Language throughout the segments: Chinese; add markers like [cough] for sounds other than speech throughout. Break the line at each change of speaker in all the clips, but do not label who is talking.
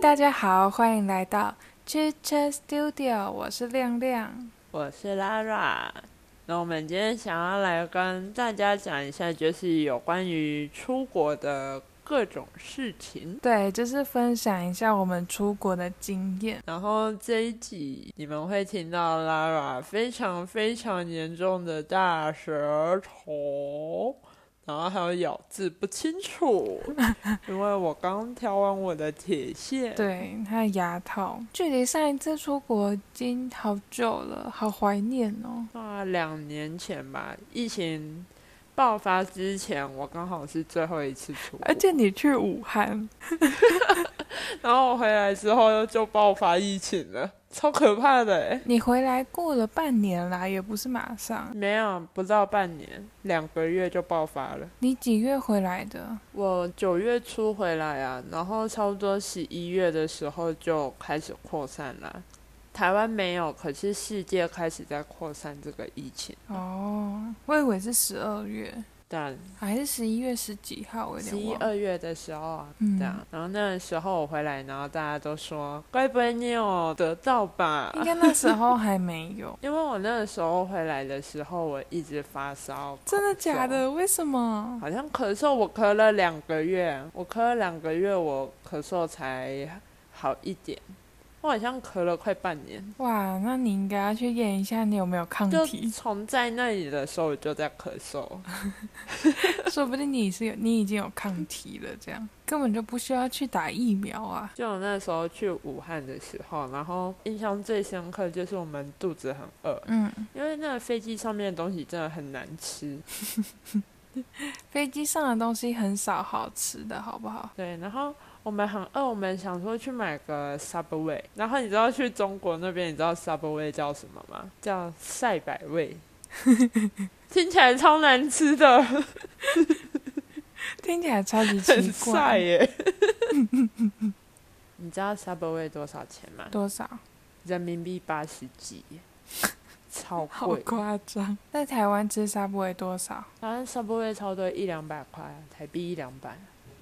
大家好，欢迎来到 Chit Chat Studio，我是亮亮。
我是 Lara。那我们今天想要来跟大家讲一下，就是有关于出国的各种事情。
对，就是分享一下我们出国的经验。
然后这一集你们会听到 Lara 非常非常严重的大舌头，然后还有咬字不清楚，因为我刚挑完我的铁线。
对，还有牙套。距离上一次出国已经好久了，好怀念哦。
那两年前吧，疫情爆发之前，我刚好是最后一次出国，
而且你去武汉，
然后我回来之后就爆发疫情了，超可怕的哎！
你回来过了半年啦，也不是马上。
没有，不到半年，两个月就爆发了。
你几月回来的？
我九月初回来啊，然后差不多十一月的时候就开始扩散了。台湾没有，可是世界开始在扩散这个疫情，
哦，我以为是十二月，
但
还是十一月十几号，我有
十
点
一
忘了。
二月的时候啊，
嗯
这样，然后那时候我回来，然后大家都说，该不会你有得到吧？。
应该那时候还没有
因为我那个时候回来的时候，我一直发烧，
真的
咳嗽
假？的？为什么？
好像咳嗽，我咳了两个月，我咳了两个月，我咳嗽才好一点。我好像咳了快半年，
哇，那你应该要去验一下你有没有抗
就
体， [laughs]
从在那里的时候我就在咳嗽，
说不定你是有，你已经有抗体了，这样根本就不需要去打疫苗啊。
就我那时候去武汉的时候，然后印象最深刻就是我们肚子很饿，
嗯，
因为那个飞机上面的东西真的很难吃。
飞机上的东西很少好吃的，好不好？
对，然后我们很饿，我们想说去买个 Subway，然后你知道去中国那边，你知道 Subway 叫什么吗？叫赛百
[laughs]
味，听起来超难吃的，
听起来超级
很
奇
晒
怪。 [laughs]
耶。你知道 Subway 多少钱吗？
多少？
人民币八十几，超
[laughs] 好
贵。
夸张！在台湾吃沙不会多少？
好像 Subway 超多一两百块，啊台币一两百，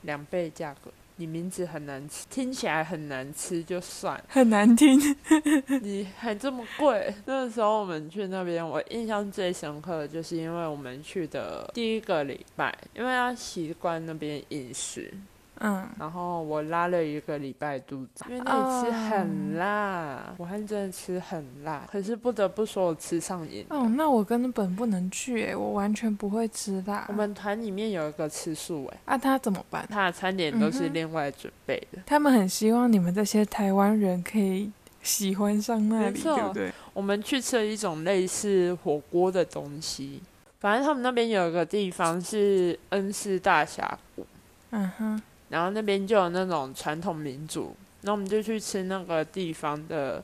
两倍价格。你名字很难吃，听起来很难吃就算了。
很难听。
[laughs] 你还这么贵？那个时候我们去那边，我印象最深刻的就是因为我们去的第一个礼拜，因为要习惯那边饮食，
嗯，
然后我拉了一个礼拜肚子，因为那里吃很辣，武汉真的吃很辣。可是不得不说，我吃上瘾。
哦，那我根本不能去诶，我完全不会吃辣。
我们团里面有一个吃素哎、
啊，他怎么办？
他的餐点都是
嗯哼
另外准备的。
他们很希望你们这些台湾人可以喜欢上那
没
里，
错
对不对？
我们去吃了一种类似火锅的东西，反正他们那边有一个地方是恩施大峡谷，
嗯哼，
然后那边就有那种传统民族，那我们就去吃那个地方的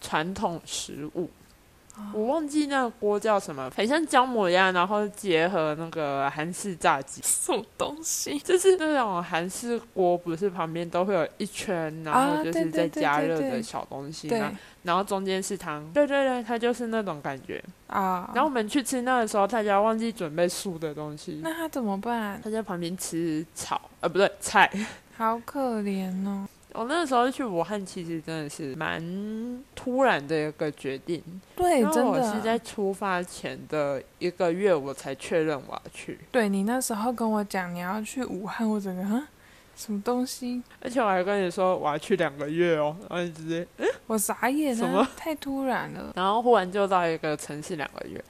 传统食物。
哦
我忘记那个锅叫什么，很像姜母鸭，然后结合那个韩式炸鸡，
什么东西？
就是那种韩式锅，不是旁边都会有一圈，然后
啊
就
对对
是在
对
加
对
热
对
的小东西，
对
然后然后中间是汤，对对对，它就是那种感觉。
啊，
然后我们去吃那的时候，大家忘记准备素的东西，
那他怎么办？
他在旁边吃草，呃，不对，菜。
好可怜哦。
我那个时候去武汉，其实真的是蛮突然的一个决定，
对，
因为
哎真
我是
的，
在
啊
出发前的一个月我才确认我要去，
对你那时候跟我讲你要去武汉，我整个啊，什么东西？
而且我还跟你说我要去两个月哦，然后你直接，
我傻眼
什
了
么，
太突然了。
然后忽然就到一个城市两个月，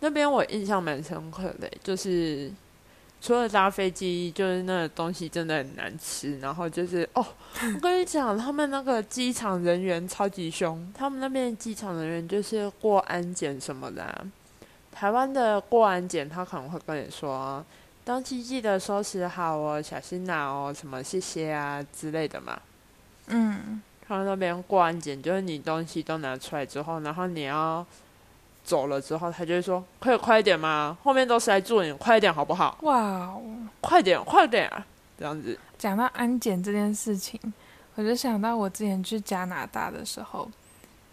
那边我印象蛮深刻的，欸就是。除了搭飞机，就是那个东西真的很难吃。然后就是哦，我跟你讲，他们那个机场人员超级凶，他们那边的机场人员就是过安检什么的啊、台湾的过安检，他可能会跟你说，登机记得收拾好哦，小心拿哦，什么谢谢啊之类的嘛。
嗯，
他们那边过安检，就是你东西都拿出来之后，然后你要走了之后，他就会说：“可以快一点吗？后面都塞住你，快一点好不好？
哇哦，
快点，快点、啊！”这样子，
讲到安检这件事情，我就想到我之前去加拿大的时候，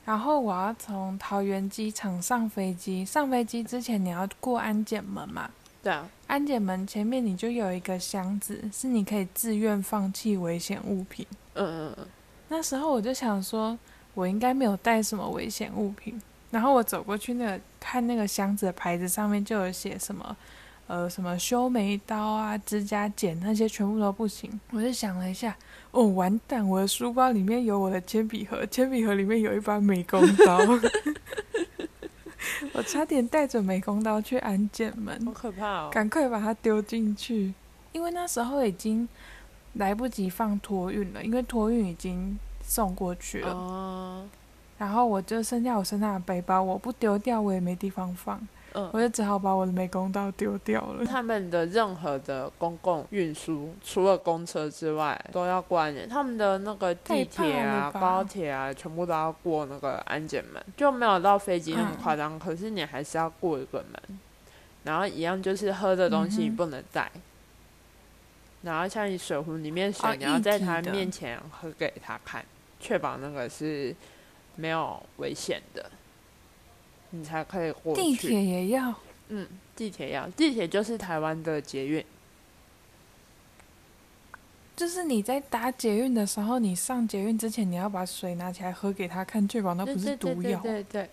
然后我要从桃园机场上飞机，上飞机之前你要过安检门嘛，
对啊，
安检门前面你就有一个箱子，是你可以自愿放弃危险物品。
嗯嗯嗯，
那时候我就想说，我应该没有带什么危险物品。然后我走过去那个看那个箱子的牌子上面就有写什么，呃，什么修眉刀啊、指甲剪那些全部都不行。我就想了一下，哦，完蛋，我的书包里面有我的铅笔盒，铅笔盒里面有一把美工刀， [laughs] 我差点带着美工刀去安检门。
好可怕哦！
赶快把它丢进去，因为那时候已经来不及放托运了，因为托运已经送过去了。
哦，
然后我就剩下我身上的背包，我不丢掉我也没地方放，我
嗯，
就只好把我的美工刀丢掉了。
他们的任何的公共运输，除了公车之外，都要过安检。他们的那个地铁啊、
太怕了吧
高铁啊，全部都要过那个安检门，就没有到飞机那么
嗯
夸张。可是你还是要过一个门，然后一样就是喝的东西你
嗯哼
不能带。然后像你水壶里面水，
哦
你要在
液体
他
的
面前喝给他看，确保那个是没有危险的，你才可以过
[laughs]
去。
地铁也要，
嗯，地铁要，地铁就是台湾的捷运。
就是你在搭捷运的时候，你上捷运之前，你要把水拿起来喝给他看，确保那
对
不是
对对
毒药。
对对对。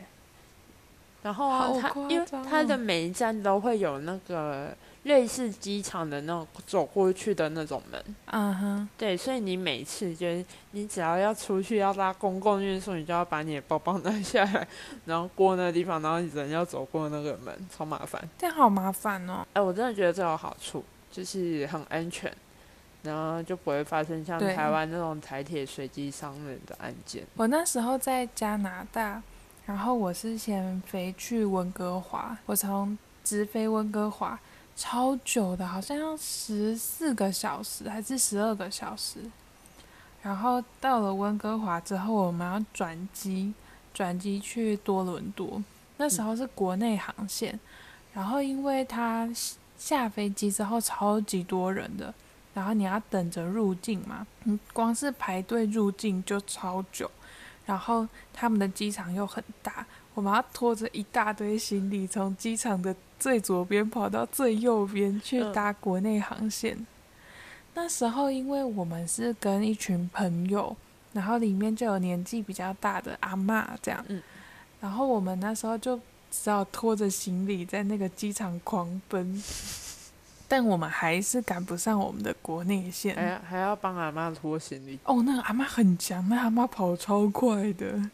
然后啊
好，
它
夸
因为
张
它的
哦
每一站都会有那个类似机场的那种走过去的那种门，
嗯哼，
对，所以你每次就是你只要要出去要搭公共运输，你就要把你的包包拿下来，然后过那个地方，然后你人要走过那个门，超麻烦。
这样好麻烦哦。
哎、我真的觉得这有好处，就是很安全，然后就不会发生像
对
台湾那种台铁随机伤人的案件。
我那时候在加拿大，然后我是先飞去温哥华，我从直飞温哥华，超久的，好像要十四个小时还是十二个小时。然后到了温哥华之后，我们要转机，转机去多伦多。那时候是国内航线，然后因为它下飞机之后超级多人的，然后你要等着入境嘛，你嗯光是排队入境就超久，然后他们的机场又很大，我们要拖着一大堆行李从机场的最左边跑到最右边去
嗯
搭国内航线。那时候因为我们是跟一群朋友，然后里面就有年纪比较大的阿嬷这样，
嗯
然后我们那时候就只好拖着行李在那个机场狂奔。但我们还是赶不上我们的国内线。
还要还要帮阿妈拖行李，
哦，那个阿妈很强，那阿妈跑超快
[laughs]
的，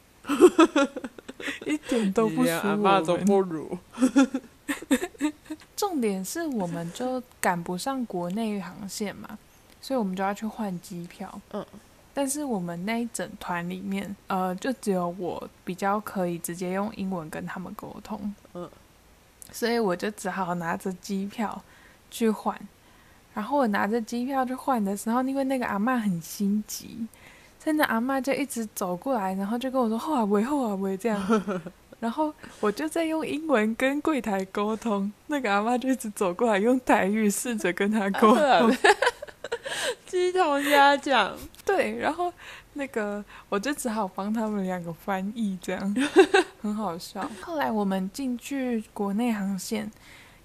一点都不输
你连阿
我
妈都
们。
不如。
重点是我们就赶不上国内航线嘛，所以我们就要去换机票。
嗯，
但是我们那一整团里面，呃，就只有我比较可以直接用英文跟他们沟通。
嗯，
所以我就只好拿着机票去换。然后我拿着机票去换的时候，因为那个阿嬷很心急，真的阿嬷就一直走过来，然后就跟我说“后啊喂，后啊喂”这样。
[laughs]
然后我就在用英文跟柜台沟通，那个阿嬷就一直走过来，用台语试着 [laughs] 跟
[laughs]
她沟通。
啊鸡同鸭讲，
对，然后那个我就只好帮他们两个翻译，这 [laughs] 样很好笑。后来我们进去国内航线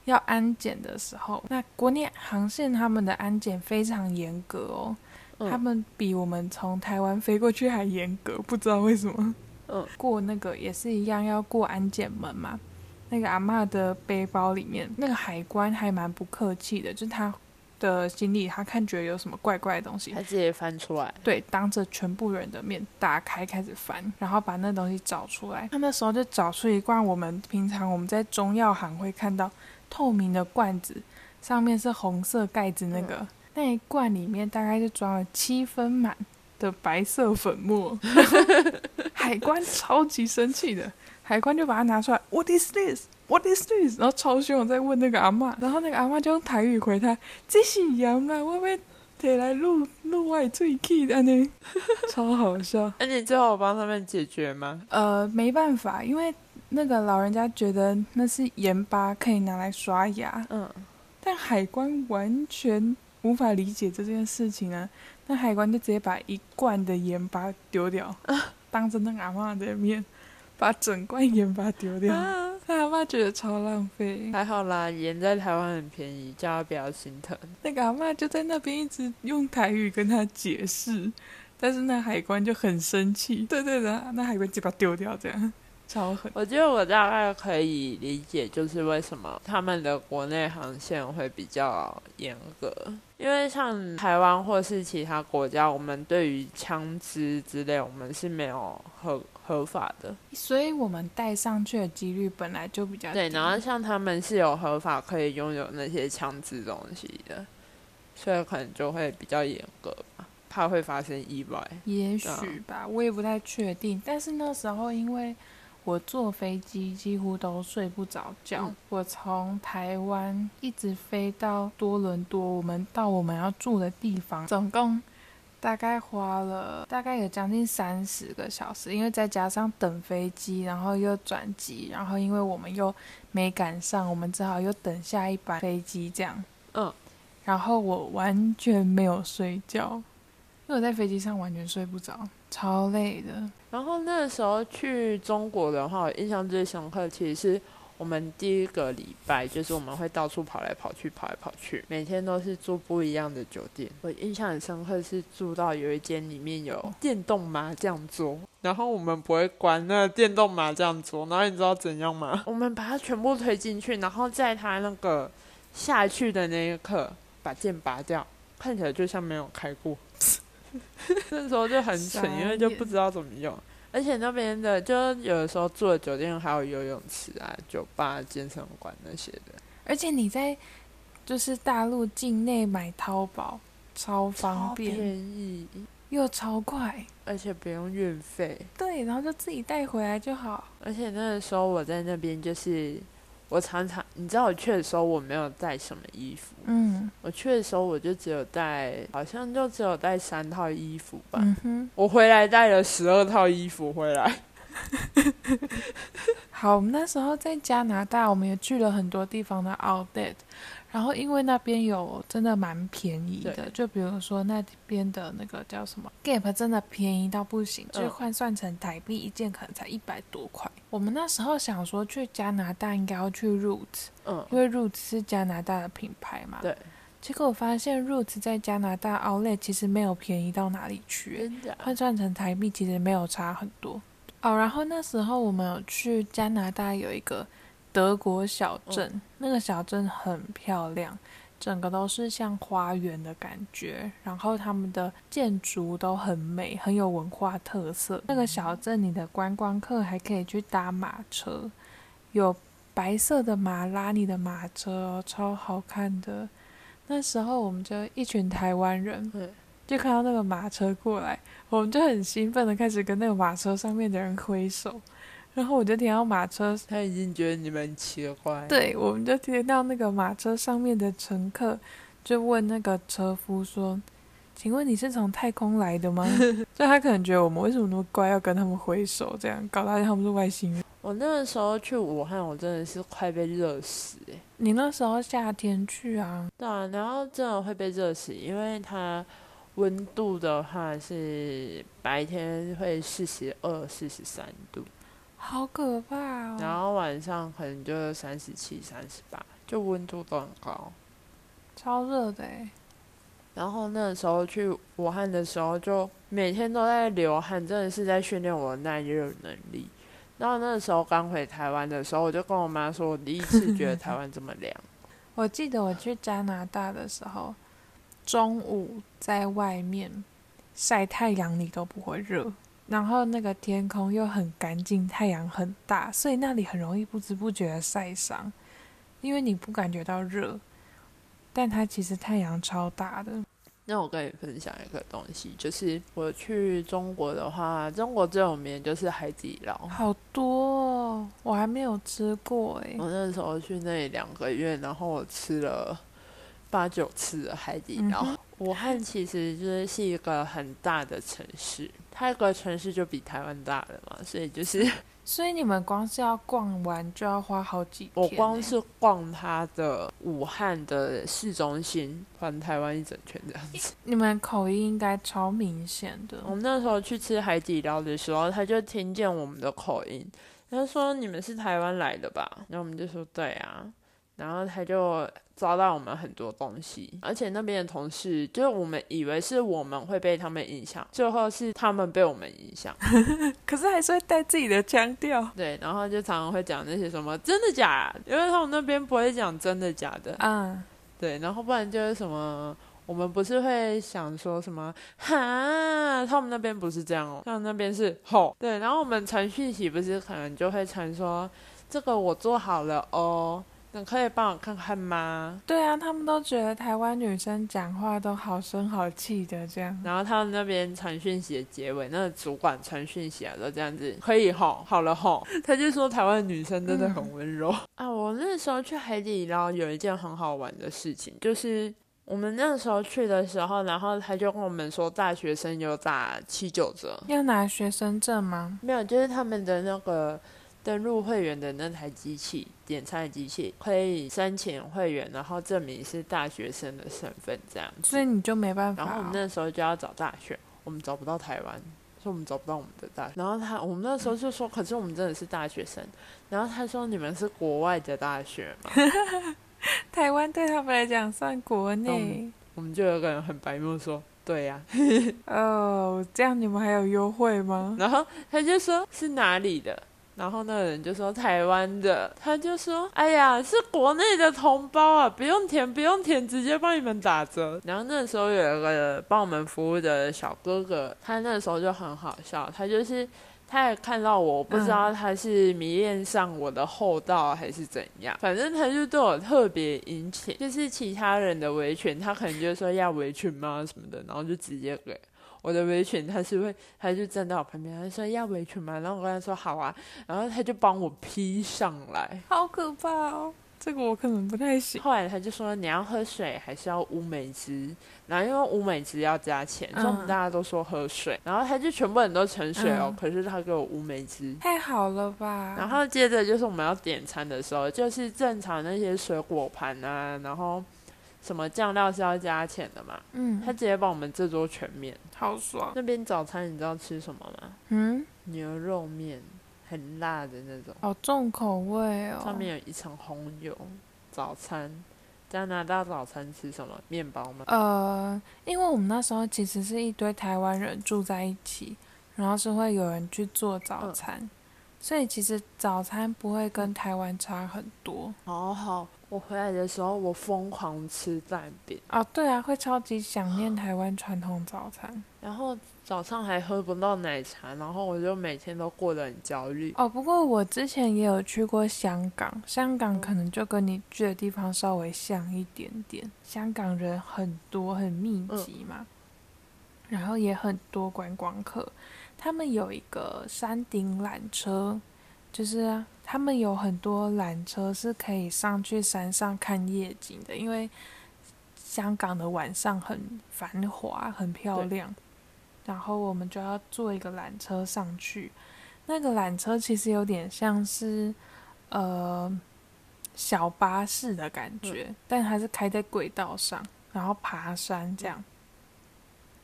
要安检的时候，那国内航线他们的安检非常严格哦，
嗯
他们比我们从台湾飞过去还严格，不知道为什么。
嗯，
[laughs] 过那个也是一样要过安检门嘛。那个阿嬷的背包里面，那个海关还蛮不客气的，就是他的行李，他看觉得有什么怪怪的东西，
他直接翻出来，
对，当着全部人的面打开开始翻，然后把那东西找出来。他那时候就找出一罐我们平常我们在中药行会看到透明的罐子，上面是红色盖子那个，那一罐里面大概就装了七分满的白色粉末。海关超级生气的，海关就把它拿出来，What is this? What is this？然后超凶，我在问那个阿嬷，然后那个阿嬷就用台语回他：“这是盐啦，我要摕来录录我的喙齿安 [laughs] 尼，超好笑。
那、你最后帮他们解决吗？
呃，没办法，因为那个老人家觉得那是盐巴，可以拿来刷牙，
嗯，
但海关完全无法理解这件事情啊。那海关就直接把一罐的盐巴丢
[laughs]
掉，当着那个阿嬷的面，把整罐盐巴丢掉。
啊，
那阿嬷觉得超浪费，
还好啦，盐在台湾很便宜，叫他不要心疼。
那个阿嬷就在那边一直用台语跟他解释，但是那海关就很生气，对对的，那海关就把它丢掉，这样超狠。
我觉得我大概可以理解，就是为什么他们的国内航线会比较严格，因为像台湾或是其他国家，我们对于枪支之类，我们是没有合合法的。
所以我们带上去的几率本来就比较低
对，然后像他们是有合法可以拥有那些枪支东西的，所以可能就会比较严格吧，怕会发生意外。
也许吧，我也不太确定。但是那时候因为我坐飞机几乎都睡不着觉，
嗯
我从台湾一直飞到多伦多，我们到我们要住的地方，总共大概花了大概有将近三十个小时，因为再加上等飞机，然后又转机，然后因为我们又没赶上，我们只好又等下一班飞机这样。
嗯，
然后我完全没有睡觉，因为我在飞机上完全睡不着，超累的。
然后那时候去中国的话，我印象最深刻其实是我们第一个礼拜，就是我们会到处跑来跑去，跑来跑去，每天都是住不一样的酒店。我印象很深刻是住到有一间里面有电动麻将桌，然后我们不会关那个电动麻将桌，然后你知道怎样吗？我们把它全部推进去，然后在它那个下去的那一刻把键拔掉，看起来就像没有开过。 [laughs] 那时候就很
傻
蠢，
眼
因为就不知道怎么用。而且那边的，就有的时候住的酒店还有游泳池啊、酒吧、健身馆那些的，
而且你在就是大陆境内买淘宝超方
超
便
便宜，
又超快，
而且不用运费。
对，然后就自己带回来就好。
而且那个时候我在那边就是，我常常你知道我去的时候我没有带什么衣服，
嗯，
我去的时候我就只有带，好像就只有带三套衣服吧。
嗯哼，
我回来带了十二套衣服回来，
好，我们那时候在加拿大，我们也去了很多地方的 outlet，然后因为那边有真的蛮便宜的
对，
就比如说那边的那个叫什么 Gap，真的便宜到不行，就是
嗯
换算成台币一件可能才一百多块。我们那时候想说去加拿大应该要去 Roots，
嗯，
因为 Roots 是加拿大的品牌嘛。
对。
结果我发现 Roots 在加拿大 outlet 其实没有便宜到哪里去、
真的
换算成台币其实没有差很多哦。然后那时候我们有去加拿大有一个德国小镇，那个小镇很漂亮，整个都是像花园的感觉，然后他们的建筑都很美，很有文化特色。那个小镇里的观光客还可以去搭马车，有白色的马拉你的马车哦，超好看的。那时候我们就一群台湾人
对，
就看到那个马车过来，我们就很兴奋的开始跟那个马车上面的人挥手，然后我就听到马车，
他已经觉得你们很奇怪。，
对，我们就听到那个马车上面的乘客就问那个车夫说：“请问你是从太空来的吗？” [laughs] 就他可能觉得我们为什么那么乖，要跟他们挥手，这样搞到他们是外星人。
我那个时候去武汉，我真的是快被热死哎、欸。
你那时候夏天去啊？
对啊，然后真的会被热死，因为它温度的话是白天会四十二、四十三度，
好可怕
然
哦！
后晚上可能就三十七、三十八，就温度都很高。
超热的欸
然后那时候去武汉的时候，就每天都在流汗，真的是在训练我的耐热能力。然后那时候刚回台湾的时候，我就跟我妈说，我第一次觉得台湾这么凉。
我记得我去加拿大的时候，中午在外面晒太阳，你都不会热。然后那个天空又很干净，太阳很大，所以那里很容易不知不觉的晒伤，因为你不感觉到热，但它其实太阳超大的。
嗯那我跟你分享一个东西，就是我去中国的话，中国最有名的就是海底捞。
好多、哦，我还没有吃过欸诶。
我那时候去那里两个月，然后我吃了八九次的海底捞。
嗯
武汉其实就是是一个很大的城市，它一个城市就比台湾大了嘛，所以就是
所以你们光是要逛完就要花好几天
我
欸。
光是逛它的武汉的市中心，环台湾一整圈这样子。
你们口音应该超明显的。
我们那时候去吃海底捞的时候，他就听见我们的口音，他说：“你们是台湾来的吧？”然后我们就说：“对啊。”然后他就抓到我们很多东西，而且那边的同事，就是我们以为是我们会被他们影响，最后是他们被我们影响。
可是还是会带自己的腔调
对，然后就常常会讲那些什么真的假，因为他们那边不会讲真的假的。
啊。
对，然后不然就是什么，我们不是会想说什么哈，他们那边不是这样哦，他们那边是吼。对，然后我们传讯息不是可能就会传说这个我做好了哦，你可以帮我看看吗？
对啊，他们都觉得台湾女生讲话都好声好气的这样。
然后他们那边传讯息的结尾，那个主管传讯息啊，都这样子，可以吼，好了吼。他就说台湾女生真的很温柔、啊。我那时候去海底捞有一件很好玩的事情，就是我们那时候去的时候，然后他就跟我们说大学生有打七九折，
要拿学生证吗？
没有，就是他们的那个登录会员的那台机器，点餐的机器可以申请会员，然后证明是大学生的身份这样子
所。以你就没办法
然
哦、
后我们那时候就要找大学，我们找不到台湾，所以我们找不到我们的大学。然后他，我们那时候就说，可是我们真的是大学生。然后他说，你们是国外的大学嘛？
台湾对他们来讲算国内
嗯。 [laughs] 我们就有个人很白目说，对呀、 [laughs]
哦，这样你们还有优惠吗？
然后他就说是哪里的，然后那个人就说台湾的，他就说哎呀是国内的同胞啊，不用填不用填，直接帮你们打折。然后那时候有一个帮我们服务的小哥哥，他那时候就很好笑，他就是。他也看到我，我不知道他是迷恋上我的厚道还是怎样，反正他就对我特别殷勤。就是其他人的围裙，他可能就说要围裙吗什么的，然后就直接给我的围裙，他是会，他就站在我旁边，他说要围裙吗？然后我跟他说好啊，然后他就帮我披上来。
好可怕哦，这个我可能不太行。
后来他就说你要喝水还是要乌梅汁？然后因为乌梅汁要加钱，所以我们
嗯
大家都说喝水，然后他就全部人都盛水哦，
嗯
可是他给我乌梅汁。
太好了吧？
然后接着就是我们要点餐的时候，就是正常那些水果盘啊，然后什么酱料是要加钱的嘛，他
嗯，
直接帮我们这桌全面。
好爽。
那边早餐你知道吃什么吗？
嗯，
牛肉面，很辣的那种，
好重口味哦。
上面有一层红油。早餐，加拿大早餐吃什么？面包吗？
呃，因为我们那时候其实是一堆台湾人住在一起，然后是会有人去做早
嗯
餐，所以其实早餐不会跟台湾差很多。
好哦好，我回来的时候我疯狂吃蛋饼，
哦，对啊，会超级想念台湾传统早餐。
然后早上还喝不到奶茶，然后我就每天都过得很焦虑。
哦，不过我之前也有去过香港，香港可能就跟你去的地方稍微像一点点。香港人很多，很密集嘛，然后也很多观光客。他们有一个山顶缆车，就是啊他们有很多缆车是可以上去山上看夜景的，因为香港的晚上很繁华，很漂
对
亮。然后我们就要坐一个缆车上去，那个缆车其实有点像是呃小巴士的感觉，但它是开在轨道上，然后爬山这样。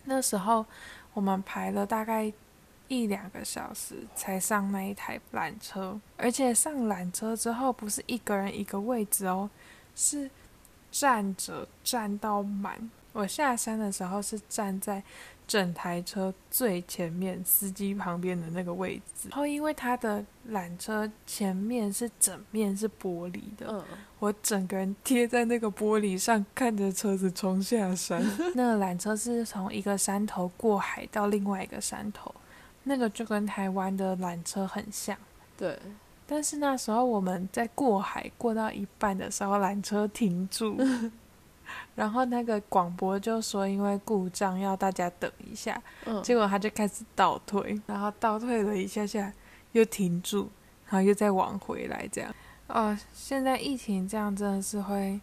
那时候我们排了大概一两个小时才上那一台缆车，而且上缆车之后不是一个人一个位置哦，是站着站到满。我下山的时候是站在整台车最前面司机旁边的那个位置，然后因为它的缆车前面是整面是玻璃的，
嗯，
我整个人贴在那个玻璃上，看着车子冲下山。 [laughs] 那个缆车是从一个山头过海到另外一个山头，那个就跟台湾的缆车很像。
对，
但是那时候我们在过海，过到一半的时候，缆车停 [laughs] 住，然后那个广播就说因为故障要大家等一下，
嗯，
结果他就开始倒退，然后倒退了一下下又停住，然后又再往回来这样。哦，现在疫情这样真的是会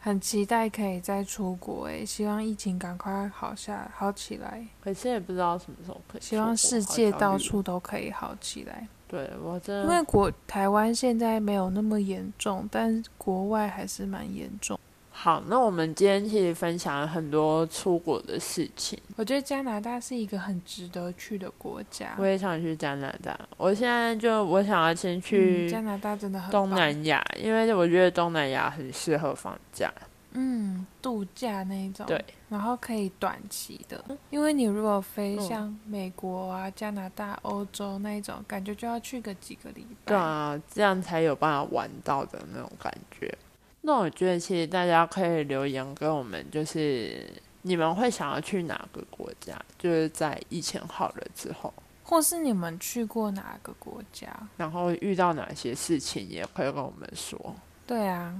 很期待可以再出国诶，希望疫情赶快好下好起来，
可是也不知道什么时候可以出国。
希望世
好
界
焦
到
虑哦。
处都可以好起来。
对我真
因
的
为国台湾现在没有那么严重，但国外还是蛮严重。
好，那我们今天其实分享了很多出国的事情。
我觉得加拿大是一个很值得去的国家。
我也想去加拿大，我现在就我想要先
嗯，
去
加拿大真的很
东
棒
南亚，因为我觉得东南亚很适合放假。
嗯，度假那一种，
对，
然后可以短期的，因为你如果飞
嗯
像美国啊、加拿大、欧洲那一种，感觉就要去个几个礼拜。
对啊，这样才有办法玩到的那种感觉。那我觉得其实大家可以留言跟我们，就是你们会想要去哪个国家？就是在疫情好了之后，
或是你们去过哪个国家？
然后遇到哪些事情也可以跟我们说。
对啊，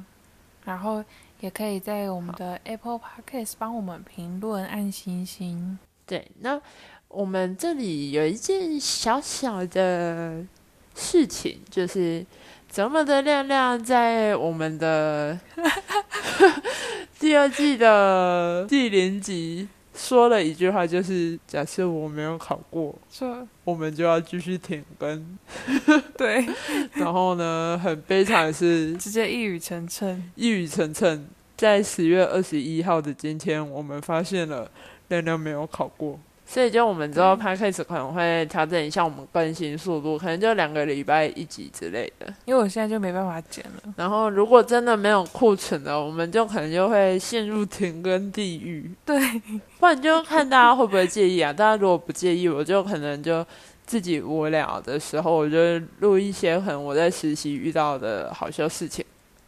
然后也可以在我们的 Apple Podcast 帮我们评论、按星星。
对，那我们这里有一件小小的事情，就是折磨的亮亮在我们的 [laughs] 第二季的第零集说了一句话，就是假设我没有考过，
说
我们就要继续停更。
对，
然后呢，很悲惨的是，
直接一语成谶。
一语成谶，在十月二十一号的今天，我们发现了亮亮没有考过，嗯所以就我们之后 p 开始可能会调整一下我们更新速度，可能就两个礼拜一集之类的。
因为我现在就没办法剪了。
然后如果真的没有库存的，我们就可能就会陷入停更地狱。
[laughs] 对，
不然就看大家会不会介意啊。大家如果不介意，我就可能就自己无聊的时候，我就录一些可能我在实习遇到的好笑事情，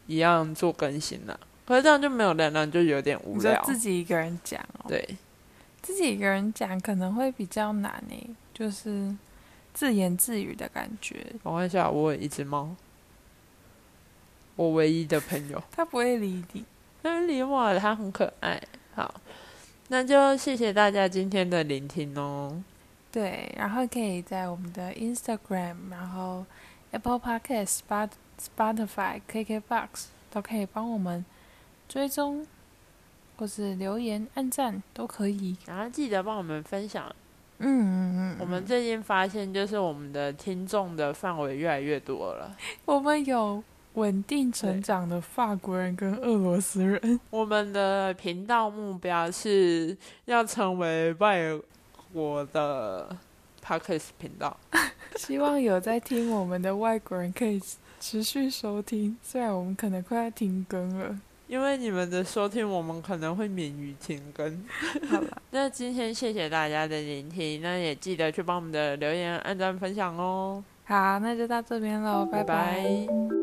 一样做更新啦、可是这样就没有人了，就有点无
你就
聊。
自己一个人讲哦，
对，
自己一个人讲可能会比较难诶，就是自言自语的感觉。
我看一下，我有一只猫，我唯一的朋友，
他不会理你。
它理我，它很可爱。好，那就谢谢大家今天的聆听哦。
对，然后可以在我们的 Instagram，然后 Apple Podcast、Spot、Spotify、KKBox 都可以帮我们追踪，或是留言、按赞都可以。
然后记得帮我们分享
嗯，嗯嗯
我们
嗯
最近发现，就是我们的听众的范围越来越多了。
我们有稳定成
对
长的法国人跟俄罗斯人，
我们的频道目标是要成为外国的 Parkes 频道。
[laughs] 希望有在听我们的外国人可以持续收听，虽然我们可能快要停更了。
因为你们的收听，我们可能会免于停更。
好了，
那今天谢谢大家的聆听，那也记得去帮我们的留言、按赞、分享哦。
好，那就到这边喽，
拜
拜
拜